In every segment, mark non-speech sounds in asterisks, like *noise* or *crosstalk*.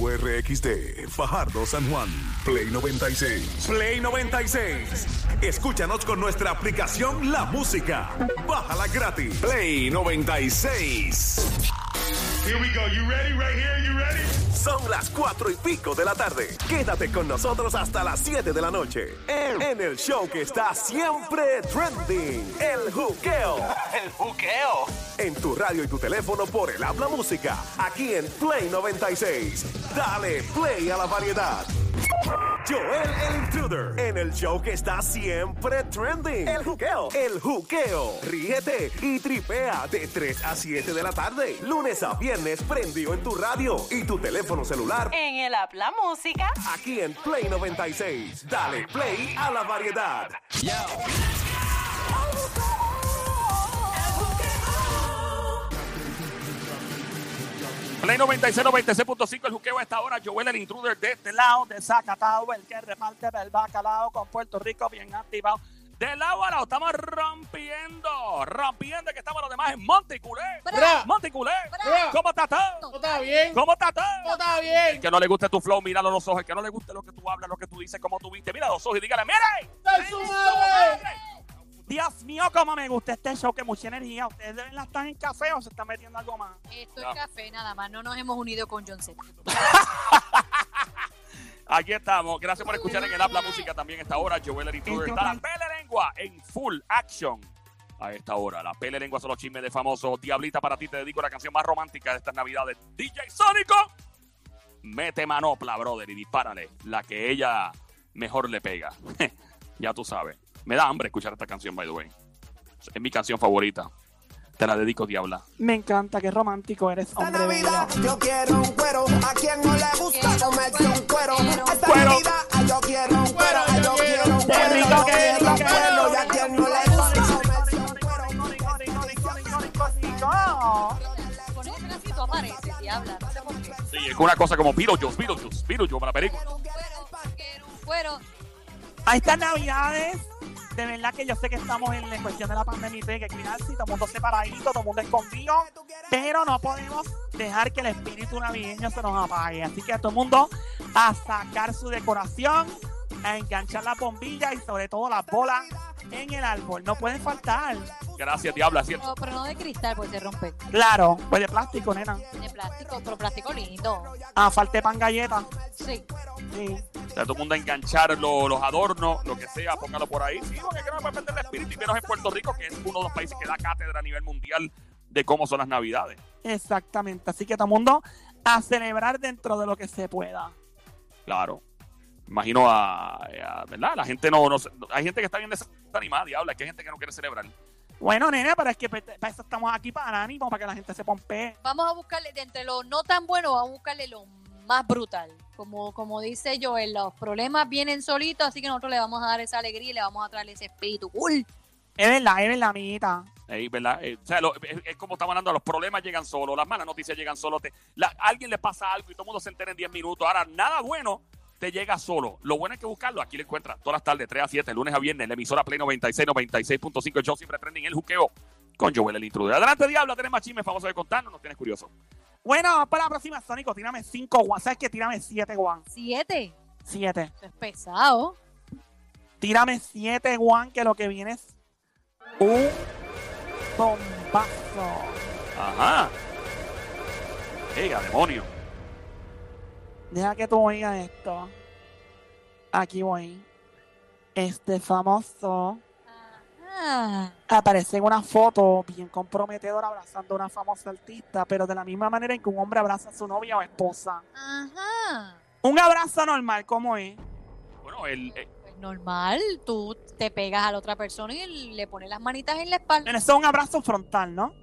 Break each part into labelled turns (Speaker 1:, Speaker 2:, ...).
Speaker 1: WRXD, Fajardo San Juan, Play 96.
Speaker 2: Play 96. Escúchanos con nuestra aplicación La Música. Bájala gratis.
Speaker 1: Play 96.
Speaker 3: Here we go. You ready? Right here. You ready?
Speaker 2: Son las cuatro y pico de la tarde. Quédate con nosotros hasta las 7 de la noche. En, en el show que está siempre trending. El juqueo.
Speaker 4: El juqueo.
Speaker 2: En tu radio y tu teléfono por el habla música. Aquí en Play 96. Dale play a la variedad. Joel el Intruder. En el show que está siempre trending. El juqueo. El juqueo. Ríete y tripea de 3 a 7 de la tarde. Lunes a viernes prendido en tu radio y tu teléfono celular.
Speaker 5: En el Habla Música.
Speaker 2: Aquí en Play 96. Dale play a la variedad.
Speaker 6: Play 96, 96.5, el juqueo a esta hora. Joel, el intruder de este lado, de Zacatao, el que reparte el bacalao con Puerto Rico bien activado. De lado a lado, estamos rompiendo, rompiendo que estamos los demás en Monticulé.
Speaker 7: Bra.
Speaker 6: Monticulé.
Speaker 7: Bra.
Speaker 6: ¿Cómo está todo?
Speaker 7: No está bien.
Speaker 6: ¿Cómo está todo?
Speaker 7: No está bien.
Speaker 6: El que no le guste tu flow, míralo a los ojos. El que no le guste lo que tú hablas, lo que tú dices, cómo tú viste, mira a los ojos y dígale, mire.
Speaker 7: ¡De su madre!
Speaker 6: Dios mío, cómo me gusta este show, que mucha energía. ¿Ustedes de verdad están en café o se están metiendo algo más?
Speaker 5: Esto
Speaker 6: Ya.
Speaker 5: es café nada más, no nos hemos unido con John Z.
Speaker 6: Aquí estamos. Gracias por escuchar en el app la música también a esta hora. Joel Eritur está la pele lengua en full action a esta hora. La pele lengua son los chismes de famosos. Diablita, para ti te dedico la canción más romántica de estas navidades. DJ Sónico, mete manopla, brother, y dispárale la que ella mejor le pega. *laughs* ya tú sabes. Me da hambre escuchar esta canción, by the way. Es mi canción favorita. Te la dedico, Diabla.
Speaker 8: Me encanta, qué romántico eres,
Speaker 9: Esta
Speaker 8: hombre. de
Speaker 9: Navidad
Speaker 8: verdad.
Speaker 9: yo quiero un cuero, a quien no le gusta
Speaker 5: Quiero un
Speaker 9: comerse un cuero.
Speaker 5: cuero,
Speaker 9: Esta
Speaker 6: cuero.
Speaker 9: Navidad ay, yo quiero un cuero, ay, yo quiero un
Speaker 6: Qué
Speaker 9: cuero,
Speaker 6: rico,
Speaker 9: yo
Speaker 6: qué
Speaker 9: quiero
Speaker 6: rico,
Speaker 9: un
Speaker 6: qué
Speaker 9: cuero, y
Speaker 6: rico.
Speaker 9: a quien no le gusta comerse un cuero.
Speaker 5: Con ese pedacito aparece, diabla. No sé por qué.
Speaker 6: Sí, es una cosa como Beetlejuice, Beetlejuice, Beetlejuice, la película.
Speaker 5: Quiero un cuero.
Speaker 8: A estas navidades, de verdad que yo sé que estamos en la cuestión de la pandemia y tiene que cuidarse, y todo el mundo separadito, todo el mundo escondido, pero no podemos dejar que el espíritu navideño se nos apague. Así que a todo el mundo a sacar su decoración, a enganchar las bombillas y sobre todo las bolas en el árbol. No pueden faltar.
Speaker 6: Gracias, Diabla, ¿cierto?
Speaker 5: No, pero no de cristal, porque se rompe.
Speaker 8: Claro, pues de plástico, nena.
Speaker 5: De plástico, pero plástico lindo.
Speaker 8: Ah, falte pan galleta.
Speaker 5: Sí.
Speaker 8: Sí.
Speaker 6: O sea, todo el mundo a enganchar lo- los adornos, lo que sea, póngalo por ahí. Sí, porque creo que puede perder el espíritu, y menos en Puerto Rico, que es uno de los países que da cátedra a nivel mundial de cómo son las navidades.
Speaker 8: Exactamente. Así que todo el mundo a celebrar dentro de lo que se pueda.
Speaker 6: Claro. Imagino a, a- ¿verdad? La gente no, no se- hay gente que está bien desanimada, diabla, que hay gente que no quiere celebrar.
Speaker 8: Bueno, nena, pero es que pe- para eso estamos aquí, para el ánimo, para que la gente se pompee.
Speaker 5: Vamos a buscarle, de entre lo no tan bueno, vamos a buscarle lo más brutal. Como, como dice Joel, los problemas vienen solitos, así que nosotros le vamos a dar esa alegría y le vamos a traer ese espíritu. cool.
Speaker 8: Es verdad, es verdad, amiguita.
Speaker 6: Ey, ¿verdad? Eh, o sea, lo- es, es como estamos hablando, los problemas llegan solos, las malas noticias llegan solos. te- la- alguien le pasa algo y todo el mundo se entera en 10 minutos. Ahora, nada bueno te llega solo. Lo bueno es que buscarlo. Aquí lo encuentras todas las tardes, 3 a 7, lunes a viernes, la emisora Play 96, 96.5. El show siempre trending, el juqueo con Joel el intruder. Adelante, Diablo, tenés más chismes famosos de contarnos, nos tienes curioso.
Speaker 8: Bueno, vamos para la próxima, Sónico. Tírame cinco guan. ¿Sabes qué? Tírame siete guan.
Speaker 5: Siete.
Speaker 8: Siete.
Speaker 5: Eso es pesado.
Speaker 8: Tírame siete guan, que lo que viene es un bombazo.
Speaker 6: Ajá. Ega, demonio.
Speaker 8: Deja que tú oigas esto. Aquí voy. Este famoso
Speaker 5: Ah,
Speaker 8: aparece en una foto bien comprometedora abrazando a una famosa artista, pero de la misma manera en que un hombre abraza a su novia o esposa.
Speaker 5: ajá.
Speaker 8: Un abrazo normal, ¿cómo es?
Speaker 6: Bueno, el, eh,
Speaker 5: Pues normal, tú te pegas a la otra persona y le pones las manitas en la espalda
Speaker 8: Pero eso es un abrazo frontal, ¿no?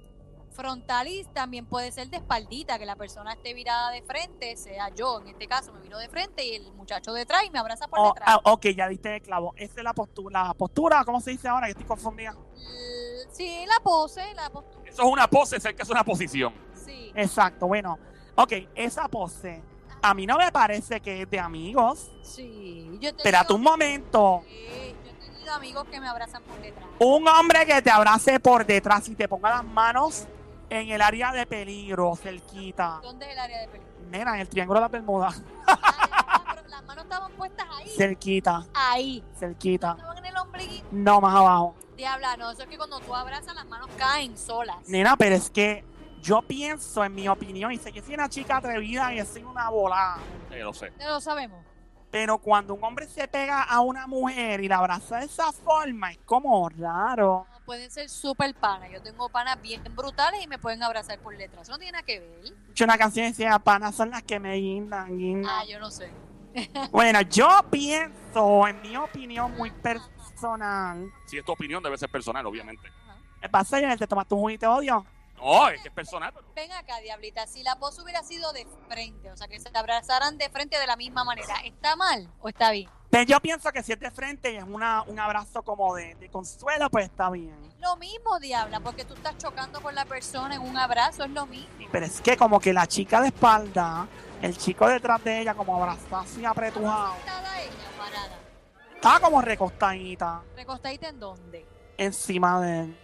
Speaker 5: frontal y también puede ser de espaldita, que la persona esté virada de frente, sea yo en este caso me viro de frente y el muchacho detrás y me abraza por
Speaker 8: O-
Speaker 5: detrás.
Speaker 8: ah, ok, ya diste el clavo. Esa es la postura, la postura, ¿cómo se dice ahora? Que estoy confundida.
Speaker 5: L- Sí, la pose, la postura.
Speaker 6: eso es una pose, sé que es una posición.
Speaker 5: Sí.
Speaker 8: Eh. Exacto, bueno. Ok, esa pose. A mí no me parece que es de amigos.
Speaker 5: Sí, yo he
Speaker 8: Espérate
Speaker 5: tenido-
Speaker 8: un momento.
Speaker 5: Sí, yo he tenido amigos que me abrazan por detrás.
Speaker 8: Un hombre que te abrace por detrás y te ponga las manos en el área de peligro, cerquita.
Speaker 5: ¿Dónde es el área de peligro?
Speaker 8: Nena, en el triángulo de la Bermuda.
Speaker 5: Ah, pero las manos estaban puestas ahí.
Speaker 8: Cerquita,
Speaker 5: Ahí.
Speaker 8: cerquita.
Speaker 5: Estaban en el ombliguito.
Speaker 8: No, más abajo.
Speaker 5: Diabla, no, eso es que cuando tú abrazas, las manos caen solas.
Speaker 8: Nena, pero es que yo pienso, en mi opinión, y sé que soy una chica atrevida y soy una volada,
Speaker 6: Eh, lo sé.
Speaker 5: Ya lo sabemos.
Speaker 8: pero cuando un hombre se pega a una mujer y la abraza de esa forma, es como raro.
Speaker 5: No, Pueden ser súper panas. Yo tengo panas bien brutales y me pueden abrazar por letras. Eso no tiene nada que ver.
Speaker 8: Yo una canción decía, panas son las que me guindan, guindan.
Speaker 5: Ah, yo no sé.
Speaker 8: Bueno, yo pienso, en mi opinión muy personal,
Speaker 6: Si es tu opinión, debe ser personal, obviamente.
Speaker 8: me pasa que te tomaste un jugo y te odio.
Speaker 6: No, es que es personal, pero
Speaker 5: Ven acá, diablita. Si la voz hubiera sido de frente, o sea, que se abrazaran de frente de la misma manera, ¿está mal o está bien?
Speaker 8: Pero yo pienso que si es de frente y es una, un abrazo como de, de consuelo, pues está bien.
Speaker 5: Lo mismo, diabla, porque tú estás chocando con la persona en un abrazo, es lo mismo.
Speaker 8: Pero es que como que la chica de espalda, el chico detrás de ella, como abrazado así apretujado,
Speaker 5: Sentada ella, parada.
Speaker 8: estaba como recostadita
Speaker 5: ¿Recostadita en dónde?
Speaker 8: encima de él.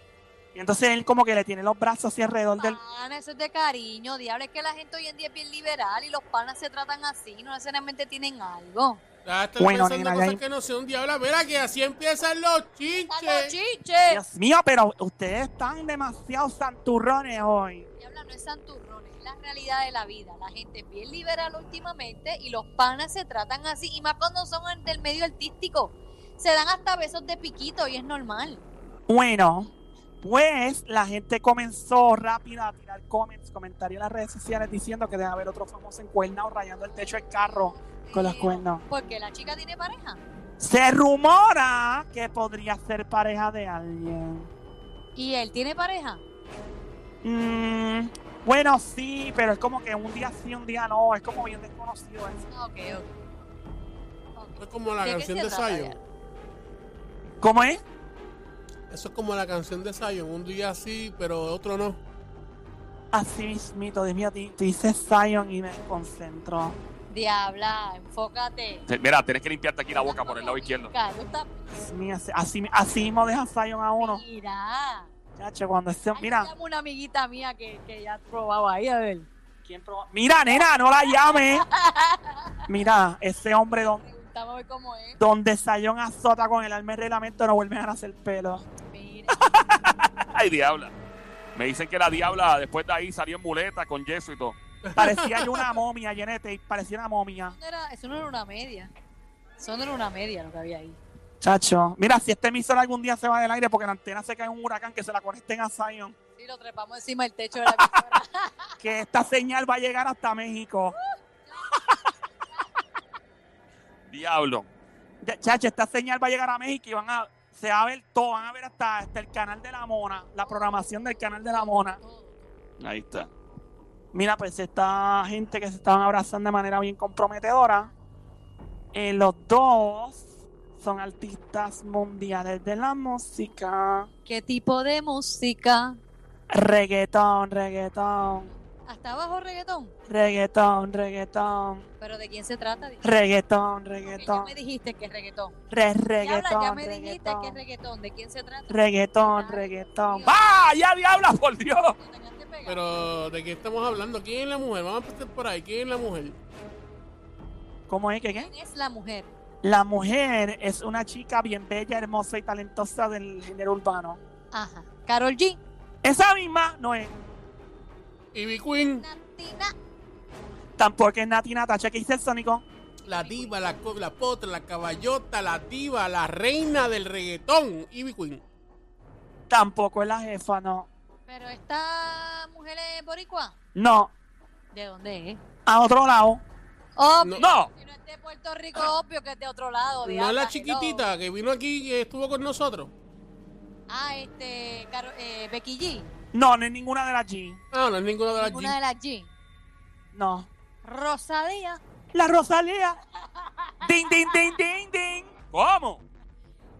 Speaker 8: Y entonces él como que le tiene los brazos así alrededor del...
Speaker 7: Ah,
Speaker 5: Pana, eso es de cariño, diablo. Es que la gente hoy en día es bien liberal y los panas se tratan así, no necesariamente tienen algo.
Speaker 7: Ah, están
Speaker 8: Bueno,
Speaker 7: pensando
Speaker 8: nena, ya
Speaker 7: cosas
Speaker 8: hay-
Speaker 7: que no sé un diablo. Mira que así empiezan los
Speaker 5: ¡Están los
Speaker 7: chinches.
Speaker 5: chiches!
Speaker 8: Dios mío, pero ustedes están demasiado santurrones hoy.
Speaker 5: Diabla, no es santurrón, es la realidad de la vida. La gente es bien liberal últimamente y los panas se tratan así, y más cuando son en- del medio artístico. Se dan hasta besos de piquito y es normal.
Speaker 8: Bueno, pues la gente comenzó rápida a tirar comments, comentarios en las redes sociales diciendo que debe haber otro famoso encuernado rayando el techo del carro con los
Speaker 5: Eh,
Speaker 8: cuernos.
Speaker 5: Porque la chica tiene pareja.
Speaker 8: Se rumora que podría ser pareja de alguien.
Speaker 5: ¿Y él tiene pareja?
Speaker 8: Mm, bueno, sí, pero es como que un día sí, un día no. Es como bien desconocido eso.
Speaker 5: Ah, Ok, ok. Ok.
Speaker 7: Eso es como
Speaker 5: ¿De
Speaker 7: la
Speaker 5: qué
Speaker 7: canción
Speaker 5: se
Speaker 7: de
Speaker 5: trata,
Speaker 7: Zion.
Speaker 5: Diabla?
Speaker 8: ¿Cómo es?
Speaker 7: Eso es como la canción de Zion. Un día sí, pero otro no.
Speaker 8: Así mismito, Dios mío, di- dice Zion y me concentro.
Speaker 5: Diabla, enfócate.
Speaker 6: Te- Mira, tienes que limpiarte aquí la boca por el lado izquierdo. *laughs*
Speaker 5: Claro, está-
Speaker 8: Dios mío, así- así, así mismo deja Zion a uno.
Speaker 5: Mira.
Speaker 8: Chacho, cuando ese-
Speaker 5: Ay,
Speaker 8: mira,
Speaker 5: llamo una amiguita mía que, que ya probaba ahí, a ver.
Speaker 8: ¿quién proba- Mira, nena, no la llame. Mira, ese hombre don-
Speaker 5: Preguntaba a ver cómo es.
Speaker 8: donde Zion azota con el alma y reglamento no vuelve a hacer pelo.
Speaker 5: Mira.
Speaker 6: Ay, diabla. Me dicen que la diabla después de ahí salió en muleta con yeso y todo.
Speaker 8: Parecía yo una momia, llena de tape, parecía una momia.
Speaker 5: Eso no era, eso no era una media. Eso no era una media lo que había ahí.
Speaker 8: Chacho, mira, si este emisor algún día se va del aire porque la antena se cae en un huracán, que se la conecten a Zion,
Speaker 5: Sí, lo trepamos encima del techo de la
Speaker 8: *laughs*
Speaker 5: emisora.
Speaker 8: que esta señal va a llegar hasta México.
Speaker 6: Diablo.
Speaker 8: Ya- Chacho, esta señal va a llegar a México y van a, se va a ver todo, van a ver hasta, hasta el canal de la Mona, la programación del canal de la Mona.
Speaker 6: Ahí está.
Speaker 8: Mira, pues esta gente que se estaban abrazando de manera bien comprometedora, eh, los dos son artistas mundiales de la música.
Speaker 5: ¿Qué tipo de música?
Speaker 8: Reggaetón, reggaetón,
Speaker 5: Hasta abajo reggaetón.
Speaker 8: reggaetón, reggaetón.
Speaker 5: ¿Pero de quién se trata? Dios?
Speaker 8: Reggaetón,
Speaker 5: Porque ya
Speaker 8: reggaetón,
Speaker 5: me dijiste que es reggaetón.
Speaker 8: re
Speaker 5: Diabla, ya
Speaker 8: reggaetón,
Speaker 5: me dijiste que es
Speaker 8: reggaetón,
Speaker 5: reggaetón. ¿De quién se trata?
Speaker 8: reggaetón, reggaetón.
Speaker 6: ¡Vaya, diabla, por Dios!
Speaker 5: Lo tenías que pegar.
Speaker 7: Pero, ¿de qué estamos hablando? ¿Quién es la mujer? Vamos a empezar por ahí. ¿Quién es la mujer?
Speaker 8: ¿Cómo es que qué?
Speaker 5: ¿Quién es la mujer?
Speaker 8: La mujer es una chica bien bella, hermosa y talentosa del género urbano.
Speaker 5: Ajá. Carol G.
Speaker 8: Esa misma no es.
Speaker 7: Ivy Queen,
Speaker 5: Natina.
Speaker 8: Tampoco es Nati Natacha, que dice el Sónico.
Speaker 7: la diva, la, co- la potra, la caballota, la diva, la reina del reggaetón. Ivy Queen.
Speaker 8: Tampoco es la jefa, no.
Speaker 5: Pero esta mujer es boricua.
Speaker 8: No,
Speaker 5: ¿De dónde es?
Speaker 8: a otro lado.
Speaker 5: Obvio.
Speaker 6: ¡No!
Speaker 5: Si no es de Puerto Rico, obvio que es de otro lado.
Speaker 7: Ah. No es
Speaker 5: diabla,
Speaker 7: la
Speaker 5: hello.
Speaker 7: chiquitita que vino aquí y estuvo con nosotros.
Speaker 5: Ah, este, Caro- eh, Becky G.
Speaker 8: No, no es ninguna de las G.
Speaker 7: Ah, no es ninguna de las
Speaker 5: Una de
Speaker 7: G.
Speaker 5: las G.
Speaker 8: No.
Speaker 5: Rosadía. *laughs*
Speaker 8: La Rosalía. Ding, ding, ding, ding, ding.
Speaker 6: ¿Cómo?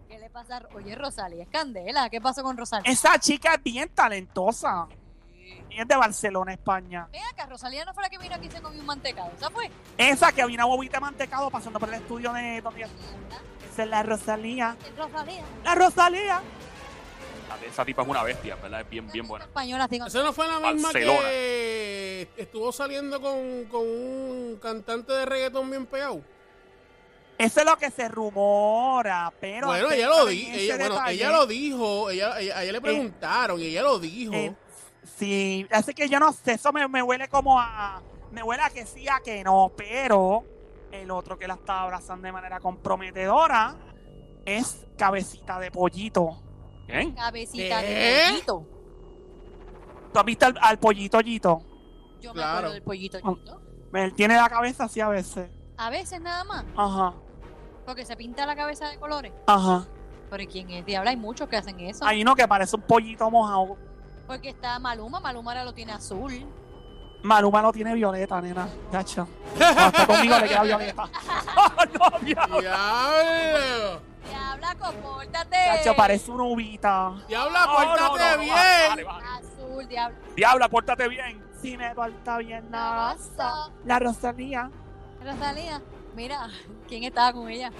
Speaker 5: ¿Qué le pasa? a Ro- Oye, Rosalía, es candela. ¿Qué pasó con Rosalía?
Speaker 8: Esa chica es bien talentosa. Y es de Barcelona, España.
Speaker 5: Ven acá, Rosalía no fue la que vino aquí y se comió un mantecado. ¿Esa fue?
Speaker 8: Esa que había una bobita de mantecado pasando por el estudio de donde yo- Esa es la Rosalía.
Speaker 5: Es Rosalía.
Speaker 8: La Rosalía.
Speaker 6: La de esa tipa es una bestia, en ¿verdad? Es bien, bien buena.
Speaker 5: Españolas, digo.
Speaker 7: Esa no fue la misma
Speaker 6: Barcelona.
Speaker 7: que estuvo saliendo con, con un cantante de reggaetón bien pegado.
Speaker 8: Eso es lo que se rumora, pero...
Speaker 7: bueno,
Speaker 8: antes
Speaker 7: ella
Speaker 8: de
Speaker 7: lo
Speaker 8: entrar en ese detalle,
Speaker 7: dijo, ella, bueno, ella lo dijo, ella, ella- a ella le preguntaron y ella lo dijo.
Speaker 8: eh, sí, así que yo no sé, eso me, me huele como a... Me huele a que sí, a que no, pero el otro que la está abrazando de manera comprometedora es Cabecita de Pollito.
Speaker 6: ¿Quién?
Speaker 5: Cabecita
Speaker 7: ¿Qué?
Speaker 5: de pollito.
Speaker 8: ¿Tú has visto al, al pollito Yito?
Speaker 5: Yo me
Speaker 7: Claro.
Speaker 5: acuerdo del pollito Yito.
Speaker 8: Él tiene la cabeza así a veces.
Speaker 5: A veces nada más,
Speaker 8: Ajá,
Speaker 5: porque se pinta la cabeza de colores.
Speaker 8: ajá.
Speaker 5: Pero ¿quién es? Diabla, hay muchos que hacen eso.
Speaker 8: Hay uno que parece un pollito mojado.
Speaker 5: Porque está Maluma, Maluma ahora lo tiene azul.
Speaker 8: Maluma lo tiene violeta, nena. Gacha. Cuando está conmigo le queda violeta. ¡Oh, no, diablo!
Speaker 7: ¡Diablo!
Speaker 5: Diabla, compórtate. *laughs*
Speaker 8: Gacho, parece una uvita.
Speaker 6: No,
Speaker 7: ¡Diabla,
Speaker 6: no, no,
Speaker 7: Ah, pórtate
Speaker 6: no,
Speaker 7: bien!
Speaker 6: bájale, bájale, bájale.
Speaker 5: Azul, diabla.
Speaker 6: Diabla, pórtate bien.
Speaker 8: Si me porta bien nada. La Rosalía.
Speaker 5: Rosalía, mira, ¿quién estaba con ella?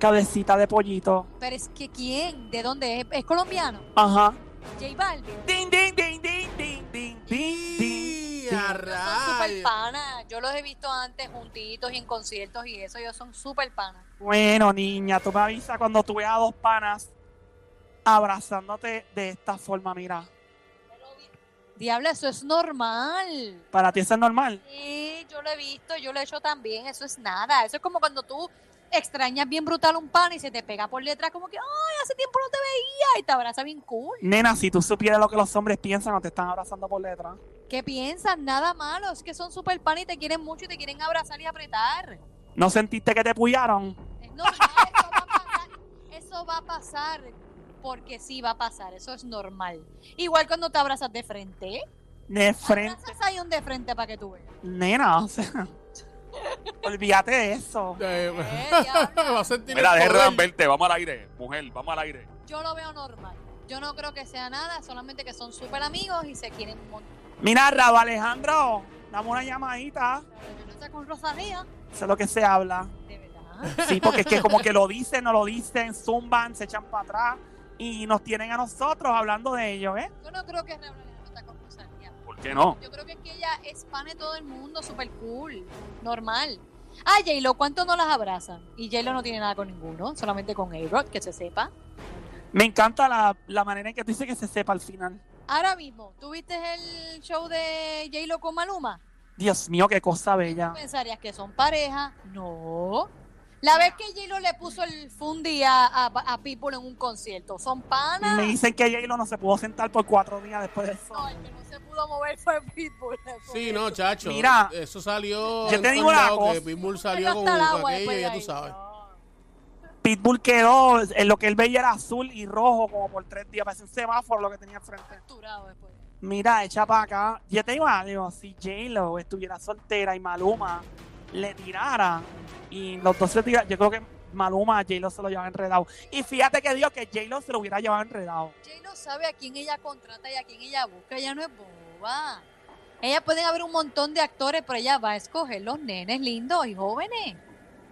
Speaker 8: Cabecita de pollito.
Speaker 5: Pero es que ¿quién? ¿De dónde es? ¿Es colombiano?
Speaker 8: Ajá.
Speaker 5: J Balvin.
Speaker 8: Ding, ding, ding, ding, ding, ding, ding, ding. sí.
Speaker 7: ¡Y a
Speaker 5: Son super
Speaker 7: rayos!
Speaker 5: panas. Yo los he visto antes juntitos y en conciertos y eso. Ellos son super panas.
Speaker 8: Bueno, niña, tú me avisas cuando tú veas a dos panas abrazándote de esta forma, mira.
Speaker 5: Diabla, eso es normal.
Speaker 8: Para ti eso es normal.
Speaker 5: Sí, yo lo he visto, yo lo he hecho también, eso es nada. Eso es como cuando tú extrañas bien brutal un pan y se te pega por detrás como que, ay, hace tiempo no te veía y te abraza bien cool.
Speaker 8: Nena, si tú supieras lo que los hombres piensan cuando te están abrazando por detrás.
Speaker 5: ¿Qué piensas? Nada malo, es que son super pan y te quieren mucho y te quieren abrazar y apretar.
Speaker 8: ¿No sentiste que te pullaron?
Speaker 5: Es normal, Eh, eso va a pasar. Eso va a pasar porque sí va a pasar, eso es normal. Igual cuando te abrazas de frente, ¿eh?
Speaker 8: De frente.
Speaker 5: abrazas ahí un de frente para que tú veas.
Speaker 8: Nena, o sea. olvídate de eso.
Speaker 7: Eh, *laughs*
Speaker 5: diabla.
Speaker 7: Va a sentir
Speaker 6: Mira,
Speaker 7: el
Speaker 6: deja de
Speaker 7: poder.
Speaker 6: verte. Vamos al aire, mujer, vamos al aire.
Speaker 5: Yo lo veo normal. Yo no creo que sea nada, solamente que son súper amigos y se quieren un montón.
Speaker 8: Mira, Rabo Alejandro, dame una llamadita.
Speaker 5: Pero yo no sé con Rosalía,
Speaker 8: Eso es lo que se habla.
Speaker 5: de verdad.
Speaker 8: Sí, porque es que como que lo dicen, no lo dicen, zumban, se echan para atrás y nos tienen a nosotros hablando de ellos, ¿eh?
Speaker 5: Yo no creo que Raúl Alejandro está con Rosalía.
Speaker 6: ¿Por qué no?
Speaker 5: Yo creo que es que ella es fan de todo el mundo, súper cool, normal. Ah, J-Lo, ¿cuánto no las abrazan? Y J-Lo no tiene nada con ninguno, solamente con A-Rod, que se sepa.
Speaker 8: Me encanta la, la manera en que tú dices que se sepa al final.
Speaker 5: Ahora mismo, ¿tú viste el show de J-Lo con Maluma?
Speaker 8: Dios mío, qué cosa bella.
Speaker 5: ¿Pensarías que son pareja? No. La vez que J-Lo le puso el fundi a, a, a People en un concierto, ¿son panas?
Speaker 8: Me dicen que J-Lo no se pudo sentar por cuatro días después de eso.
Speaker 5: No, el que no se pudo mover fue Pitbull.
Speaker 7: Sí, no, chacho.
Speaker 8: Mira,
Speaker 7: eso salió.
Speaker 8: yo
Speaker 7: en
Speaker 8: te digo
Speaker 7: todos
Speaker 8: una
Speaker 7: lados,
Speaker 8: cosa.
Speaker 7: Que Pitbull
Speaker 5: Cayó
Speaker 7: salió con
Speaker 5: hasta el agua
Speaker 7: aquello,
Speaker 5: después de
Speaker 7: ya tú
Speaker 5: ahí.
Speaker 7: sabes.
Speaker 8: Pitbull quedó, en lo que él veía era azul y rojo como por tres días, parece un semáforo lo que tenía enfrente.
Speaker 5: Capturado después.
Speaker 8: Mira, echa para acá. Yo te digo algo, si J-Lo estuviera soltera y Maluma le tirara y los dos se tiran, yo creo que Maluma a J-Lo se lo llevaba enredado. Y fíjate que digo que J-Lo se lo hubiera llevado enredado.
Speaker 5: J-Lo sabe a quién ella contrata y a quién ella busca. Ella no es boba. Ella pueden haber un montón de actores, pero ella va a escoger los nenes lindos y jóvenes.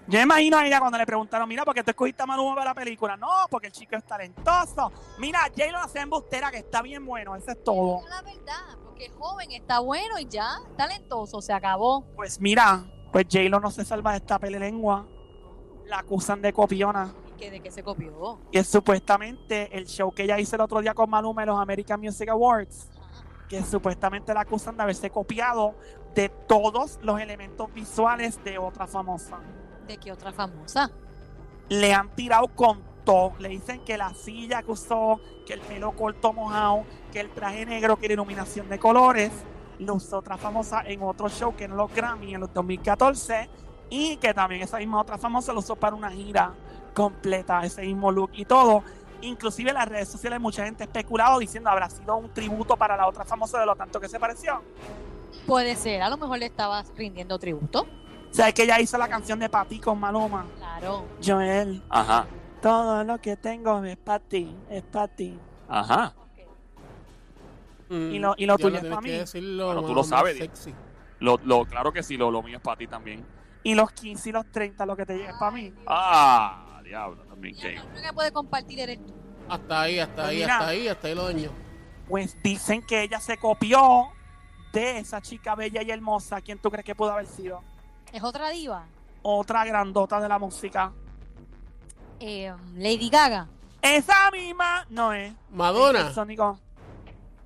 Speaker 8: Yo me imagino a ella cuando le preguntaron, mira, ¿por qué tú escogiste a Maluma para la película? No, porque el chico es talentoso. Mira, J-Lo hace embustera que está bien bueno, eso es todo.
Speaker 5: Diga La verdad, porque el joven está bueno y ya, talentoso, se acabó.
Speaker 8: Pues mira, pues J-Lo no se salva de esta pelelengua. La acusan de copiona.
Speaker 5: ¿Y que de qué se copió?
Speaker 8: Y es supuestamente el show que ella hizo el otro día con Maluma en los American Music Awards, que supuestamente la acusan de haberse copiado de todos los elementos visuales de otra famosa.
Speaker 5: ¿De qué otra famosa?
Speaker 8: Le han tirado con todo. Le dicen que la silla que usó, que el pelo corto mojado, que el traje negro, que la iluminación de colores, lo usó otra famosa en otro show que no los Grammy en los 2014 y que también esa misma otra famosa lo usó para una gira completa, ese mismo look y todo. Inclusive en las redes sociales mucha gente ha especulado diciendo habrá sido un tributo para la otra famosa de lo tanto que se pareció.
Speaker 5: Puede ser, a lo mejor le estabas rindiendo tributo.
Speaker 8: O sea, es que ella hizo la canción de Papi con Maluma.
Speaker 5: Claro.
Speaker 8: Joel,
Speaker 6: Ajá,
Speaker 8: todo lo que tengo es para ti, es para ti.
Speaker 6: ajá.
Speaker 8: Y lo- y lo tuyo es pa' mí.
Speaker 6: Claro, tú lo sabes, Diego.
Speaker 7: Sexy.
Speaker 6: Lo, lo, claro que sí, lo, lo mío es para ti también.
Speaker 8: Y los 15 y los 30 lo que te llega es para mí.
Speaker 6: Ah, diablo, también
Speaker 5: Ella
Speaker 6: que.
Speaker 5: lo único que puede compartir eres tú.
Speaker 7: Hasta ahí, hasta ahí,
Speaker 8: Mira.
Speaker 7: hasta ahí, hasta ahí lo dañó.
Speaker 8: Pues dicen que ella se copió de esa chica bella y hermosa. ¿Quién tú crees que pudo haber sido?
Speaker 5: Es otra diva.
Speaker 8: Otra grandota de la música.
Speaker 5: Eh, Lady Gaga.
Speaker 8: Esa misma no es.
Speaker 7: Madonna.
Speaker 8: El Sónico.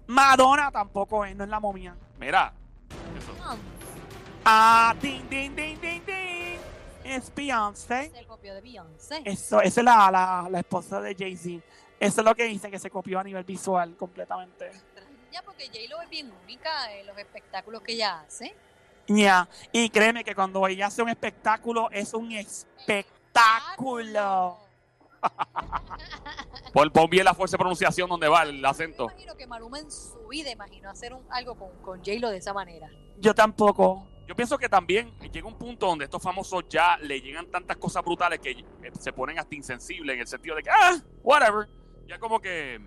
Speaker 8: Madonna tampoco es, no es la momia.
Speaker 6: Mira,
Speaker 5: No,
Speaker 8: Ah, ding, ding, ding, ding, ding. Es Beyoncé.
Speaker 5: se copió de Beyoncé.
Speaker 8: Eso, esa es la, la, la esposa de Jay-Z. Eso es lo que dicen, que se copió a nivel visual completamente.
Speaker 5: Ya porque J-Lo es bien única en los espectáculos que ella hace.
Speaker 8: Ya, Y créeme que cuando ella hace un espectáculo, es un ¡Ah, espectáculo.
Speaker 6: pon, pon bien la fuerza de pronunciación donde va el
Speaker 5: Yo
Speaker 6: acento.
Speaker 5: me imagino que Maluma en su vida imaginó hacer un- algo con, con J-Lo de esa manera.
Speaker 8: Yo tampoco.
Speaker 6: Yo pienso que también llega un punto donde estos famosos ya le llegan tantas cosas brutales que eh, se ponen hasta insensibles en el sentido de que, ah, whatever. Ya como que,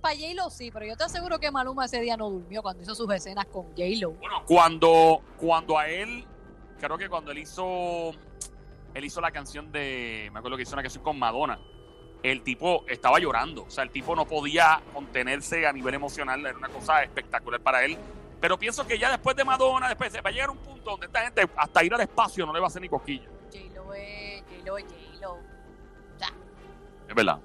Speaker 5: Para J-Lo sí, pero yo te aseguro que Maluma ese día no durmió cuando hizo sus escenas con J-Lo.
Speaker 6: bueno, cuando, cuando a él, creo que cuando él hizo, él hizo la canción de, me acuerdo que hizo una canción con Madonna, el tipo estaba llorando, o sea, el tipo no podía contenerse a nivel emocional, era una cosa espectacular para él. Pero pienso que ya después de Madonna, después va a llegar un punto donde esta gente hasta ir al espacio no le va a hacer ni cosquilla.
Speaker 5: J-Lo es J-Lo es J-Lo.
Speaker 6: Es verdad,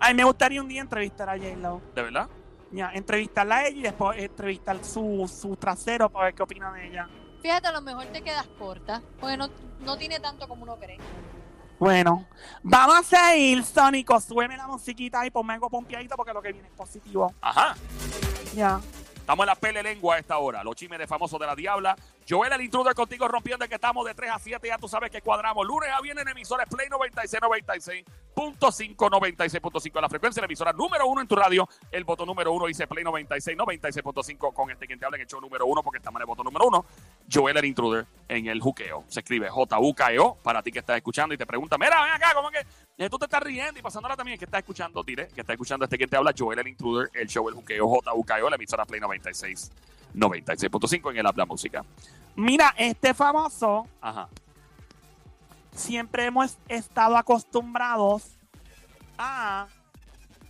Speaker 8: A mí me gustaría un día entrevistar a J-Lo.
Speaker 6: de verdad.
Speaker 8: Ya, entrevistarla a ella y después entrevistar su, su trasero para ver qué opina de ella.
Speaker 5: Fíjate, a lo mejor te quedas corta, porque no, no tiene tanto como uno cree.
Speaker 8: Bueno, vamos a seguir, Sónico. Súbeme la musiquita y ponme algo pompeadito porque lo que viene es positivo.
Speaker 6: Ajá.
Speaker 8: Ya.
Speaker 6: Estamos en la pele lengua a esta hora. Los chismes de famosos de la diabla. Joel, el intruder contigo rompiendo el que estamos de 3 a 7. Ya tú sabes que cuadramos. Lunes a viernes en emisores Play 96, 96.5, 96.5 la frecuencia. La emisora número uno en tu radio. El botón número uno dice Play 96, 96.5 con este quien te habla en el show número uno porque estamos en el botón número uno. Joel, el intruder en el juqueo. Se escribe J-U-K-E-O E para ti que estás escuchando y te pregunta, mira, ven acá, ¿cómo es que eh, tú te estás riendo y pasándola también, que estás escuchando, Tire, que estás escuchando este que te habla, Joel el Intruder, el show El Juqueo, JUKO, E la emisora Play 96, 96.5 en el Habla Música.
Speaker 8: Mira, este famoso
Speaker 6: Ajá.
Speaker 8: siempre hemos estado acostumbrados a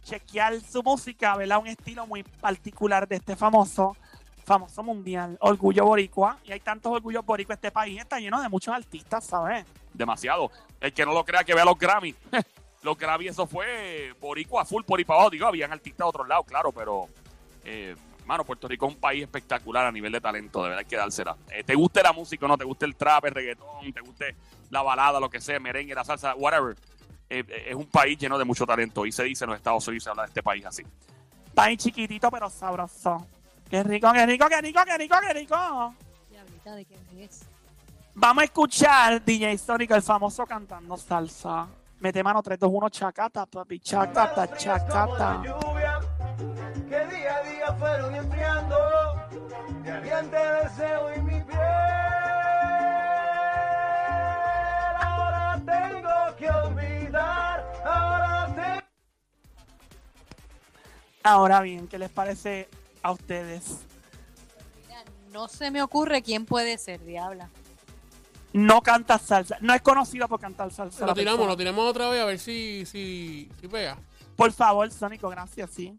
Speaker 8: chequear su música, ¿verdad? Un estilo muy particular de este famoso, famoso mundial, Orgullo Boricua. Y hay tantos orgullos boricua. Este país está lleno de muchos artistas, ¿sabes?
Speaker 6: Demasiado. El que no lo crea, que vea los Grammy. *laughs* los Grammy, eso fue boricua full por y para abajo. Digo, habían artistas de otros lados, claro, pero... Eh, Mano, Puerto Rico es un país espectacular a nivel de talento, de verdad hay que dársela. Eh, te guste la música o no, te guste el trap, el reggaetón, te guste la balada, lo que sea, merengue, la salsa, whatever. Eh, eh, es un país lleno de mucho talento y se dice en los Estados Unidos, se habla de este país así.
Speaker 8: País chiquitito, pero sabroso. Qué rico, qué rico, qué rico, qué rico, qué rico.
Speaker 5: Diablita, ¿de quién es?
Speaker 8: Vamos a escuchar DJ Sónico, el famoso cantando salsa. Mete mano 3, 2, 1, chacata, papi, chacata, chacata.
Speaker 4: lluvia que día a día fueron enfriando mi ardiente deseo y mi piel. Ahora tengo que olvidar, ahora tengo
Speaker 8: Ahora bien, ¿qué les parece a ustedes?
Speaker 5: Mira, no se me ocurre quién puede ser, diabla.
Speaker 8: No canta salsa, no es conocido por cantar salsa.
Speaker 7: Lo
Speaker 8: la
Speaker 7: tiramos, lo
Speaker 8: persona.
Speaker 7: tiramos otra vez a ver si, si, si pega.
Speaker 8: Por favor, Sónico, gracias, sí.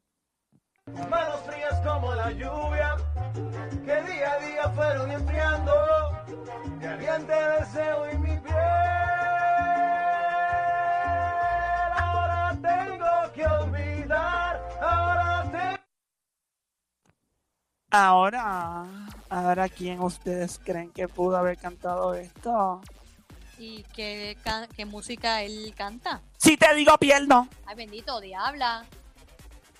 Speaker 4: manos frías como la lluvia que día a día fueron enfriando mi ardiente deseo y mi piel. Ahora tengo que olvidar, ahora tengo
Speaker 8: Ahora, ahora, ¿quién ustedes creen que pudo haber cantado esto?
Speaker 5: ¿Y qué, can- qué música él canta?
Speaker 8: Si te digo, pierdo.
Speaker 5: Ay, bendito, diabla.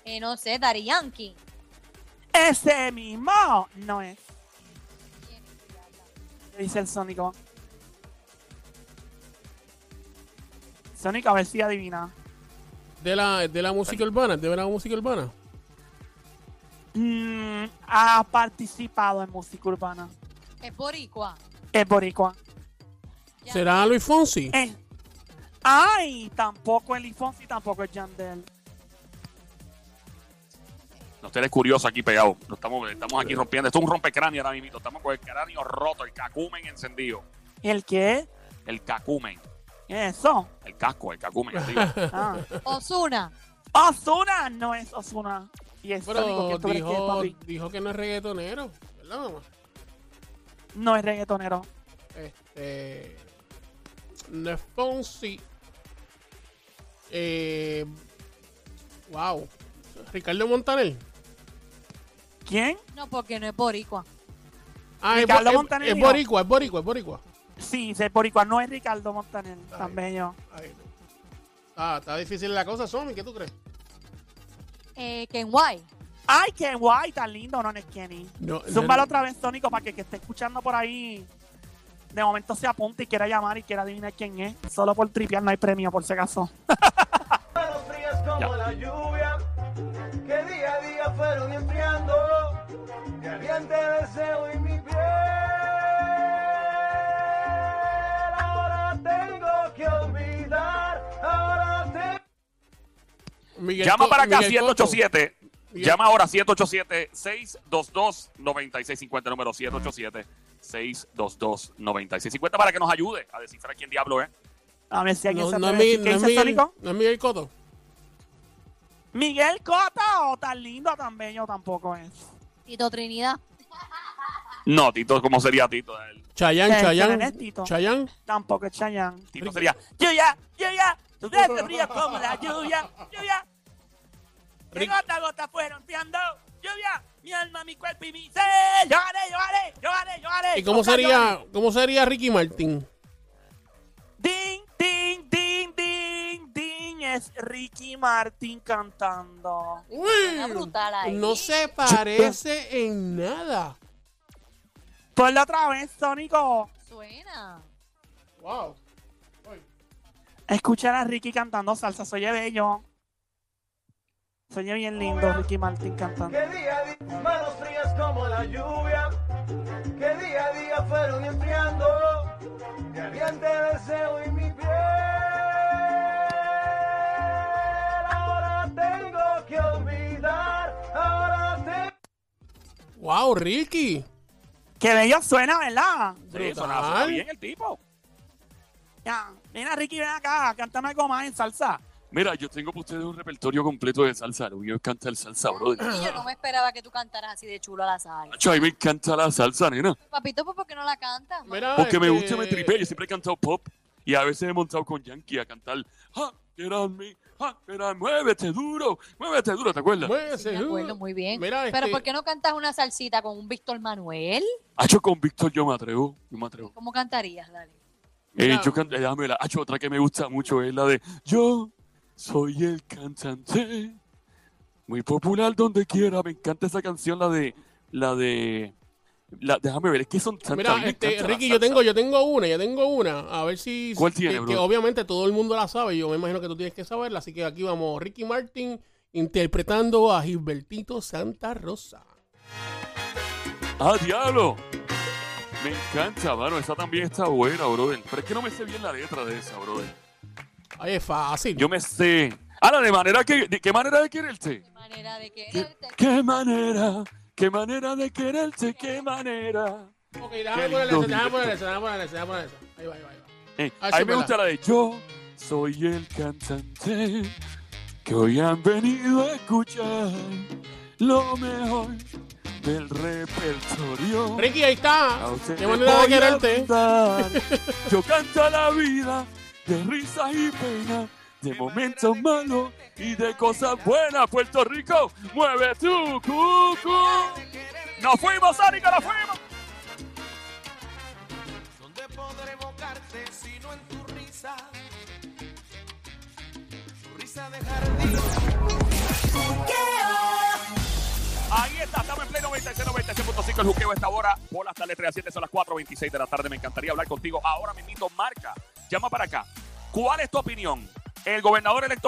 Speaker 5: Eh, no sé, Daddy Yankee.
Speaker 8: Ese mismo no es.
Speaker 5: ¿Quién es diabla?
Speaker 8: Dice el Sónico. Sónico, a ver si adivina.
Speaker 7: De la, de la música urbana, de la música urbana.
Speaker 8: Mm, ha participado en música urbana.
Speaker 5: Es *laughs* boricua.
Speaker 8: Es boricua.
Speaker 5: Ya.
Speaker 7: ¿Será Luis Fonsi?
Speaker 8: Eh. Ay, tampoco el Ifonsi, tampoco el Yandel.
Speaker 6: No ustedes curiosos aquí pegados. No Estamos, estamos aquí rompiendo. Esto es un rompecráneo ahora mismo. Estamos con el cráneo roto, el cacumen encendido.
Speaker 8: ¿El qué?
Speaker 6: El cacumen.
Speaker 8: ¿Qué es eso?
Speaker 6: El casco, el cacumen. digo.
Speaker 7: *laughs*
Speaker 8: Ah.
Speaker 5: Osuna.
Speaker 8: Osuna no es Osuna. Y es Sónico,
Speaker 7: Pero
Speaker 8: ¿qué tú crees que es,
Speaker 7: dijo,
Speaker 8: papi?
Speaker 7: dijo que no es reggaetonero, ¿verdad, mamá?
Speaker 8: No es reggaetonero.
Speaker 7: Este. No es Fonsi. Eh, wow. Ricardo Montaner.
Speaker 8: ¿Quién?
Speaker 5: No, porque no es boricua.
Speaker 7: Ah, es,
Speaker 8: Ricardo
Speaker 7: bo- es-
Speaker 8: Montaner,
Speaker 7: es
Speaker 8: dijo.
Speaker 7: boricua, es boricua, es boricua.
Speaker 8: Sí, es boricua. No es Ricardo Montaner, tan bello.
Speaker 7: Ay, no. Ah, está difícil la cosa, Somi, ¿qué tú crees?
Speaker 5: Eh, Kenway.
Speaker 8: Ay, qué guay, tan lindo, no, no es Kenny.
Speaker 7: No,
Speaker 8: Zúmbalo otra vez, Sónico, para que el que esté escuchando por ahí de momento se apunte y quiera llamar y quiera adivinar quién es. Solo por tripear no hay premio, por si acaso.
Speaker 4: manos frías como la lluvia que día a día fueron enfriando mi ardiente deseo y mi piel ahora tengo que olvidar ahora tengo
Speaker 7: Miguel
Speaker 6: Llama
Speaker 7: Co-
Speaker 6: para acá,
Speaker 7: Miguel
Speaker 6: 187.
Speaker 7: Miguel-
Speaker 6: Llama ahora, 187-622-9650, número 187-622-9650, para que nos ayude a descifrar quién diablo es.
Speaker 8: A ver si
Speaker 7: Coto.
Speaker 8: alguien
Speaker 7: No,
Speaker 8: se
Speaker 7: no,
Speaker 8: puede
Speaker 7: es
Speaker 8: decir qué
Speaker 7: Miguel, no, es
Speaker 8: dice
Speaker 7: Miguel,
Speaker 8: Sónico.
Speaker 7: no es Miguel Coto.
Speaker 8: Miguel Cota, tan lindo, tan bello tampoco es.
Speaker 5: Tito Trinidad.
Speaker 6: No, Tito, ¿cómo sería Tito? El-
Speaker 7: Chayán,
Speaker 8: Eh,
Speaker 7: Chayán.
Speaker 8: Fernández, Tito.
Speaker 7: Chayán.
Speaker 8: Tampoco es Chayanne.
Speaker 6: Tito sería
Speaker 8: Lluvia, lluvia, tu
Speaker 7: *laughs*
Speaker 8: dedo fría como la lluvia, lluvia. Que
Speaker 7: Rick-
Speaker 8: gota a gota fueron fiando, lluvia, mi alma, mi cuerpo y mi ser. Yo haré, yo haré, yo haré, yo haré.
Speaker 7: ¿Y cómo
Speaker 8: Nunca lloraré.
Speaker 7: sería, cómo sería Ricky Martin?
Speaker 8: Ding, ding, ding, ding, ding. Es Ricky Martin cantando.
Speaker 5: Una brutal ahí.
Speaker 7: No se parece en nada.
Speaker 8: Ponlo otra vez, Sónico.
Speaker 5: Suena.
Speaker 7: Wow.
Speaker 8: Escuchar a Ricky cantando salsa, soy bello. Soy bien lindo, Ricky Martin cantando.
Speaker 4: que día a día manos frías como la lluvia que día a día fueron enfriando mi ardiente deseo y mi piel ahora tengo que olvidar ahora tengo
Speaker 7: Wow, Ricky.
Speaker 8: Qué bello suena, ¿verdad?
Speaker 6: Sí,
Speaker 7: Brutal.
Speaker 6: suena, suena bien el tipo.
Speaker 8: Ya, mira Ricky, ven acá, cántame algo más en salsa.
Speaker 6: Mira, yo tengo para ustedes un repertorio completo de salsa. Lo mío canta el salsa, brother.
Speaker 5: Y yo no me esperaba que tú cantaras así de chulo a la salsa.
Speaker 6: Nacho, a mí me encanta la salsa, nena.
Speaker 5: Papito, pues, ¿por qué no la cantas? ma?
Speaker 7: Mira,
Speaker 6: Porque me
Speaker 7: este,
Speaker 6: gusta, me tripea. Yo siempre he cantado pop y a veces he montado con Yankee a cantar "Ah, Get on me, ah, get on- muévete duro, muévete duro, ¿te acuerdas?
Speaker 7: Muévese,
Speaker 5: Sí, me acuerdo
Speaker 7: uh.
Speaker 5: muy bien.
Speaker 7: Mira,
Speaker 5: Pero
Speaker 7: este-
Speaker 5: ¿por qué no cantas una salsita con un Víctor Manuel?
Speaker 6: Hacho con Víctor yo me atrevo, yo me atrevo.
Speaker 5: ¿Cómo cantarías, Dale?
Speaker 6: Eh,
Speaker 7: Mira.
Speaker 6: yo canto, déjame la, Hacho, otra que me gusta mucho es la de Yo soy el cantante, muy popular donde quiera. Me encanta esa canción, la de, la de, la, déjame ver, es que son tantas. a mí
Speaker 7: Mira,
Speaker 6: me
Speaker 7: este,
Speaker 6: encanta la
Speaker 7: Ricky, yo
Speaker 6: salsa.
Speaker 7: tengo, yo tengo una, yo tengo una. A ver si.
Speaker 6: ¿Cuál
Speaker 7: que-
Speaker 6: tiene,
Speaker 7: que,
Speaker 6: brother?
Speaker 7: obviamente todo el mundo la sabe. Yo me imagino que tú tienes que saberla. Así que aquí vamos. Ricky Martin interpretando a Gilbertito Santa Rosa.
Speaker 6: ¡Ah, diablo! Me encanta, mano. Esa también está buena, brother. Pero es que no me sé bien la letra de esa, brother.
Speaker 7: Ay, es fácil.
Speaker 6: Yo me sé. Ahora, de manera que. ¿De qué manera de quererte?
Speaker 5: ¿Qué manera de que
Speaker 6: ¿Qué, qué manera? ¿Qué manera de quererte? ¿Qué manera?
Speaker 7: Ok,
Speaker 6: Qué
Speaker 7: déjame poner esa,
Speaker 6: lindo,
Speaker 7: déjame poner
Speaker 6: Gilberto.
Speaker 7: esa, déjame poner esa, déjame poner esa. Ahí va, ahí va, ahí va.
Speaker 6: Eh,
Speaker 7: Ah,
Speaker 6: a
Speaker 7: sí,
Speaker 6: mí me
Speaker 7: ¿verdad?
Speaker 6: gusta la de Yo soy el cantante que hoy han venido a escuchar lo mejor del repertorio.
Speaker 7: Ricky,
Speaker 6: A
Speaker 7: ahí está.
Speaker 6: usted
Speaker 7: Qué
Speaker 6: le
Speaker 7: manera de
Speaker 6: voy a
Speaker 7: quererte.
Speaker 6: contar.
Speaker 7: *laughs*
Speaker 6: Yo canto la vida de risas y penas, de momentos malos y de cosas buenas. Puerto Rico, mueve tu cucu. Nos fuimos, Sónico, nos fuimos.
Speaker 4: ¿Dónde podré evocarte si no en tu risa? Tu risa de jardín.
Speaker 6: Ahí está, estamos en pleno 96, 96.5 el juqueo a esta hora. Por las tardes 3 a 7, son las 4.26 de la tarde. Me encantaría hablar contigo ahora mismo. Marca, llama para acá. ¿Cuál es tu opinión? El gobernador electo